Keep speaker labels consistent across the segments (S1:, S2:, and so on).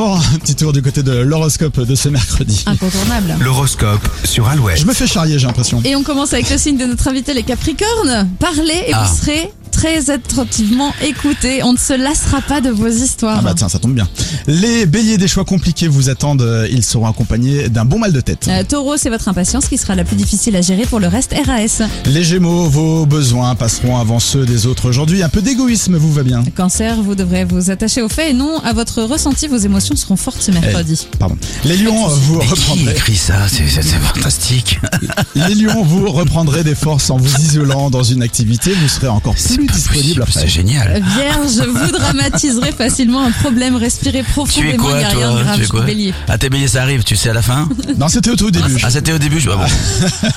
S1: Oh, Petit tour du côté de l'horoscope de ce mercredi.
S2: Incontournable.
S3: L'horoscope sur Alouette.
S1: Je me fais charrier, j'ai l'impression.
S2: Et on commence avec le signe de notre invité, les Capricornes. Parlez et
S3: Ah.
S2: vous serez très attentivement écoutés. On ne se lassera pas de vos histoires.
S1: Ah bah tiens, ça tombe bien. Les béliers des choix compliqués vous attendent, euh, ils seront accompagnés d'un bon mal de tête.
S2: Euh, taureau, c'est votre impatience qui sera la plus difficile à gérer pour le reste RAS.
S1: Les gémeaux, vos besoins passeront avant ceux des autres aujourd'hui. Un peu d'égoïsme vous va bien.
S2: Cancer, vous devrez vous attacher aux faits et non à votre ressenti. Vos émotions seront fortes ce mercredi.
S1: Pardon. Les lions, vous
S3: Mais qui
S1: reprendrez,
S3: écrit ça C'est c'est- c'est fantastique.
S1: les lions, vous reprendrez des forces en vous isolant dans une activité. Vous serez encore
S3: C'est
S1: plus
S3: pas
S1: disponible
S3: possible,
S1: après.
S3: C'est génial.
S2: Vierge, vous dramatiserez facilement un problème. Respirez
S3: Tu es
S2: profondément, il
S3: quoi,
S2: n'y a rien de
S3: toi
S2: grave.
S3: Tu
S2: Je
S3: es
S2: suis
S3: quoi
S2: bélier.
S3: Ah, t'es bélier, ça arrive, tu sais, à la fin
S1: Non, c'était au tout début.
S3: Ah, c'était au début je... ah, bon.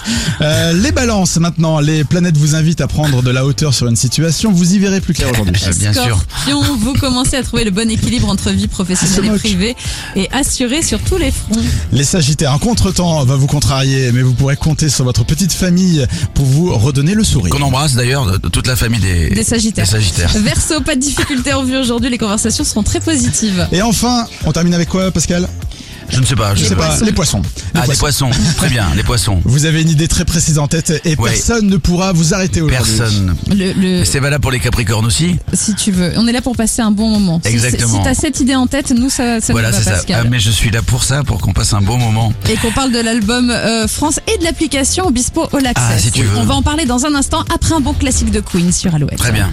S1: Euh, les balances maintenant. Les planètes vous invitent à prendre de la hauteur sur une situation. Vous y verrez plus clair
S2: Ah,
S1: aujourd'hui.
S3: Euh, Bien sûr.
S2: Scorpion, vous commencez à trouver le bon équilibre entre vie
S1: Elle se
S2: professionnelle et
S1: moque.
S2: privée et assuré sur tous les fronts.
S1: Les sagittaires, un contretemps va vous contrarier, mais vous pourrez compter sur votre petite famille pour vous redonner le sourire.
S3: Qu'on embrasse d'ailleurs euh, toute la famille des,
S2: Des Sagittaires.
S3: des Sagittaires.
S2: Verseau, pas de difficulté en vue aujourd'hui. Les conversations seront très positives.
S1: Et enfin, on termine avec quoi, Pascal
S3: Je ne sais pas, je
S1: Je
S3: ne
S1: sais pas, les poissons. Les
S3: Ah,
S1: poissons.
S3: les poissons. Très bien, les poissons.
S1: Vous avez une idée très précise en tête et
S3: Ouais.
S1: personne ne pourra vous arrêter aujourd'hui.
S3: Personne.
S2: Le, le-
S3: Et C'est valable pour les Capricornes aussi
S2: si tu veux, on est là pour passer un bon moment. Si- Si,
S3: Exactement.
S2: t'as cette idée en tête, nous ça, ça
S3: Voilà,
S2: nous va,
S3: c'est ça. Ah,
S2: Pascal.
S3: mais je suis là pour ça, pour qu'on passe un bon moment.
S2: Et qu'on parle de l'album euh, France et de l'application Obispo All Access.
S3: Ah, si tu veux.
S2: On va en parler dans un instant après un bon classique de Queen sur Alouette.
S3: Très bien.